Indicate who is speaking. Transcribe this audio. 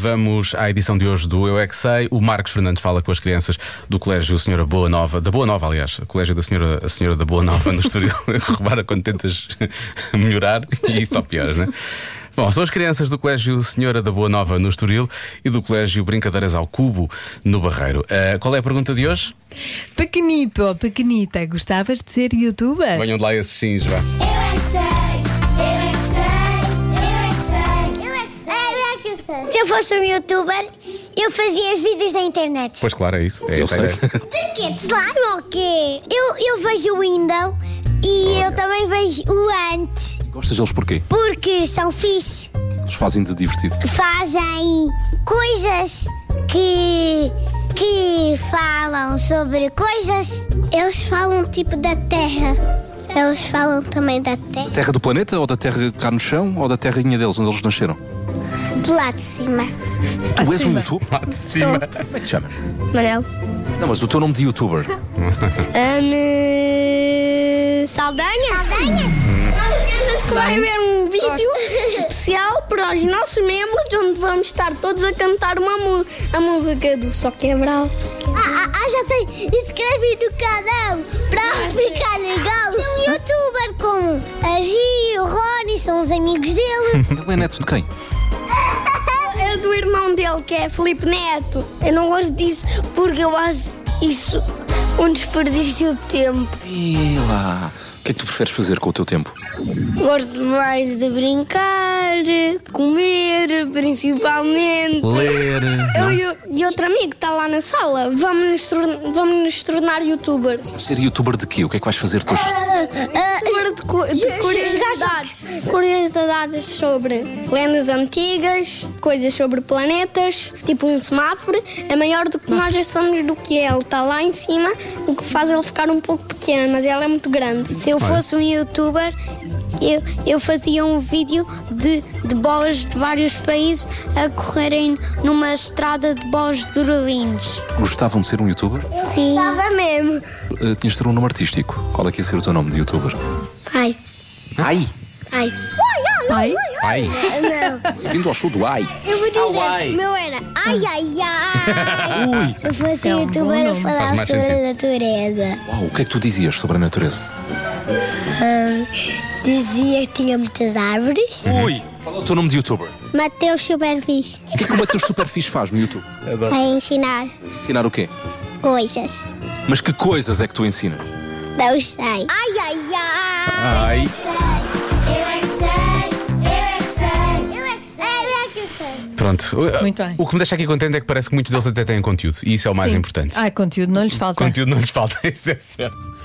Speaker 1: Vamos à edição de hoje do Eu é que Sei. O Marcos Fernandes fala com as crianças do Colégio Senhora Boa Nova, da Boa Nova, aliás, o Colégio da Senhora, a Senhora da Boa Nova no Estoril. Rebara quando tentas melhorar e só pioras, né? Bom, são as crianças do Colégio Senhora da Boa Nova no Estoril e do Colégio Brincadeiras ao Cubo no Barreiro. Ah, qual é a pergunta de hoje?
Speaker 2: Pequenito ou pequenita, gostavas de ser youtuber?
Speaker 1: Venham de lá esses sims, vá.
Speaker 3: Eu é que sei, eu é que sei, eu é que sei, eu é que sei, eu é que sei. Se eu fosse um youtuber, eu fazia vídeos na internet.
Speaker 1: Pois claro, é isso. É
Speaker 4: Eu
Speaker 1: essa a ideia.
Speaker 4: sei.
Speaker 3: De quê? De slime ou quê? Eu, eu vejo o window e eu também vejo o antes,
Speaker 4: Gostas deles porquê?
Speaker 3: porque são fixe.
Speaker 4: Eles fazem de divertido.
Speaker 3: Fazem coisas que. que falam sobre coisas. Eles falam tipo da terra. Eles falam também da terra.
Speaker 4: Terra do planeta ou da terra cá no chão ou da terrinha deles, onde eles nasceram?
Speaker 3: De lá de cima.
Speaker 4: Tu és um youtuber?
Speaker 1: Lá de cima.
Speaker 4: Como é que te chamas?
Speaker 3: Manel.
Speaker 4: Não, mas o teu nome de youtuber.
Speaker 3: Ana Saldanha. Saldanha?
Speaker 2: Uhum.
Speaker 3: As crianças é
Speaker 5: que vai ver um vídeo especial para os nossos membros, onde vamos estar todos a cantar uma mu- a música do Só Quebrar. Só Quebrar.
Speaker 3: Ah, ah, ah, já tem. Inscreve no canal para ficar legal. Tem um youtuber com a Gi e o Rony, são os amigos dele.
Speaker 4: Ele é neto de quem?
Speaker 5: É do irmão dele, que é Felipe Neto. Eu não gosto disso porque eu acho isso um desperdício de tempo.
Speaker 4: E lá. O que é que tu preferes fazer com o teu tempo?
Speaker 5: Gosto mais de brincar, comer, principalmente.
Speaker 1: Ler.
Speaker 5: Eu e, o- e outro amigo que está lá na sala, vamos nos, torn- vamos nos tornar youtuber.
Speaker 4: Ser youtuber de quê? O que é que vais fazer depois?
Speaker 5: Agora de, cu- de curiosidades. Curiosidades sobre lendas antigas, coisas sobre planetas, tipo um semáforo. É maior do que nós achamos do que ele. Está lá em cima, o que faz ele ficar um pouco pequeno, mas ela é muito grande.
Speaker 3: Se eu fosse um youtuber, eu, eu fazia um vídeo de, de bolas de vários países a correrem numa estrada de bolas de durulins.
Speaker 4: Gostavam de ser um youtuber?
Speaker 3: Sim.
Speaker 5: Estava mesmo.
Speaker 4: Uh, tinhas de ter um nome artístico. Qual é que ia ser o teu nome de youtuber?
Speaker 3: Ai,
Speaker 4: Ai!
Speaker 3: ai.
Speaker 2: Ai,
Speaker 1: Ai.
Speaker 2: Ah,
Speaker 4: Bem-vindo ao show do Ai!
Speaker 3: Eu
Speaker 1: Ah,
Speaker 3: vou dizer, o meu era ai, ai, ai. Se eu fosse
Speaker 2: É um bom
Speaker 3: youtuber, eu
Speaker 2: nome.
Speaker 1: Faz
Speaker 3: falava
Speaker 1: mais
Speaker 3: sobre
Speaker 1: sentido.
Speaker 3: a natureza.
Speaker 4: Uau, o que é que tu dizias sobre a natureza?
Speaker 3: Dizia que tinha muitas árvores.
Speaker 4: Ui! Qual é o teu nome de youtuber?
Speaker 3: Mateus Superfish
Speaker 4: O que é que o Matheus Superfixe faz no YouTube?
Speaker 3: para ensinar
Speaker 4: Ensinar o quê?
Speaker 3: coisas.
Speaker 4: Mas que coisas é que tu ensinas?
Speaker 3: Não sei. Ai, ai, ai.
Speaker 1: Ai.
Speaker 3: Eu é que sei, eu é que sei, eu é que sei, eu é que sei.
Speaker 1: Pronto.
Speaker 2: Muito bem.
Speaker 1: O que me deixa aqui contente é que parece que muitos deles até têm conteúdo e isso é o mais
Speaker 2: sim. Ah,
Speaker 1: importante.
Speaker 2: Ai, conteúdo não lhes falta.
Speaker 1: Conteúdo não lhes falta, isso é certo.